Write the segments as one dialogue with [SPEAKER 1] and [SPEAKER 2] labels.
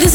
[SPEAKER 1] this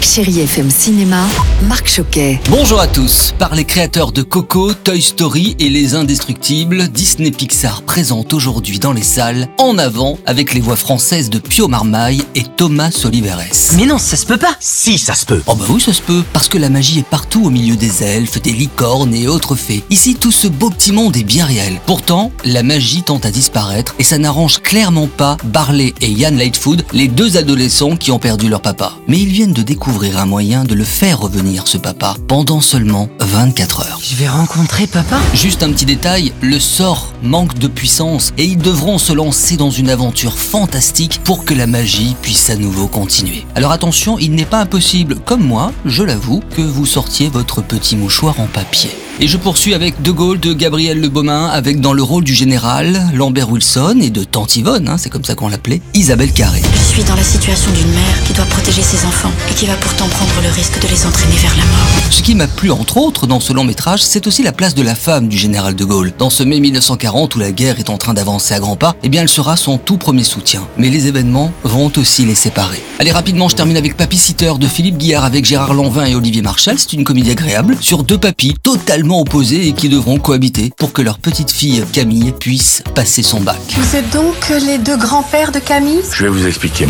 [SPEAKER 2] Chérie FM Cinéma, Marc Choquet.
[SPEAKER 3] Bonjour à tous. Par les créateurs de Coco, Toy Story et Les Indestructibles, Disney Pixar présente aujourd'hui dans les salles En avant avec les voix françaises de Pio Marmaille et Thomas Oliveres.
[SPEAKER 4] Mais non, ça se peut pas.
[SPEAKER 5] Si, ça se peut.
[SPEAKER 3] Oh bah oui, ça se peut, parce que la magie est partout au milieu des elfes, des licornes et autres fées. Ici, tout ce beau petit monde est bien réel. Pourtant, la magie tente à disparaître et ça n'arrange clairement pas Barley et Ian Lightfoot, les deux adolescents qui ont perdu leur papa. Mais ils viennent de découvrir un moyen de le faire revenir, ce papa, pendant seulement 24 heures.
[SPEAKER 4] Je vais rencontrer papa.
[SPEAKER 3] Juste un petit détail, le sort manque de puissance et ils devront se lancer dans une aventure fantastique pour que la magie puisse à nouveau continuer. Alors attention, il n'est pas impossible, comme moi, je l'avoue, que vous sortiez votre petit mouchoir en papier. Et je poursuis avec De Gaulle de Gabriel Le Beaumain, avec dans le rôle du général Lambert Wilson et de Tante Yvonne, hein, c'est comme ça qu'on l'appelait, Isabelle Carré.
[SPEAKER 6] Je suis dans la situation d'une mère qui doit protéger ses enfants et qui va pourtant prendre le risque de les entraîner vers la mort.
[SPEAKER 3] Ce qui m'a plu entre autres dans ce long métrage, c'est aussi la place de la femme du général de Gaulle. Dans ce mai 1940 où la guerre est en train d'avancer à grands pas, eh bien elle sera son tout premier soutien. Mais les événements vont aussi les séparer. Allez rapidement, je termine avec Papy Sitter de Philippe Guillard avec Gérard Lanvin et Olivier Marchal. C'est une comédie agréable sur deux papis totalement opposés et qui devront cohabiter pour que leur petite fille Camille puisse passer son bac.
[SPEAKER 7] Vous êtes donc les deux grands-pères de Camille
[SPEAKER 5] Je vais vous expliquer.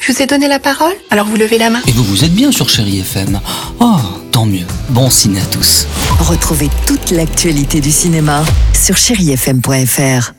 [SPEAKER 7] Je vous ai donné la parole Alors vous levez la main.
[SPEAKER 3] Et vous vous êtes bien sur Chéri FM. Oh, tant mieux. Bon signe à tous.
[SPEAKER 2] Retrouvez toute l'actualité du cinéma sur chérifm.fr.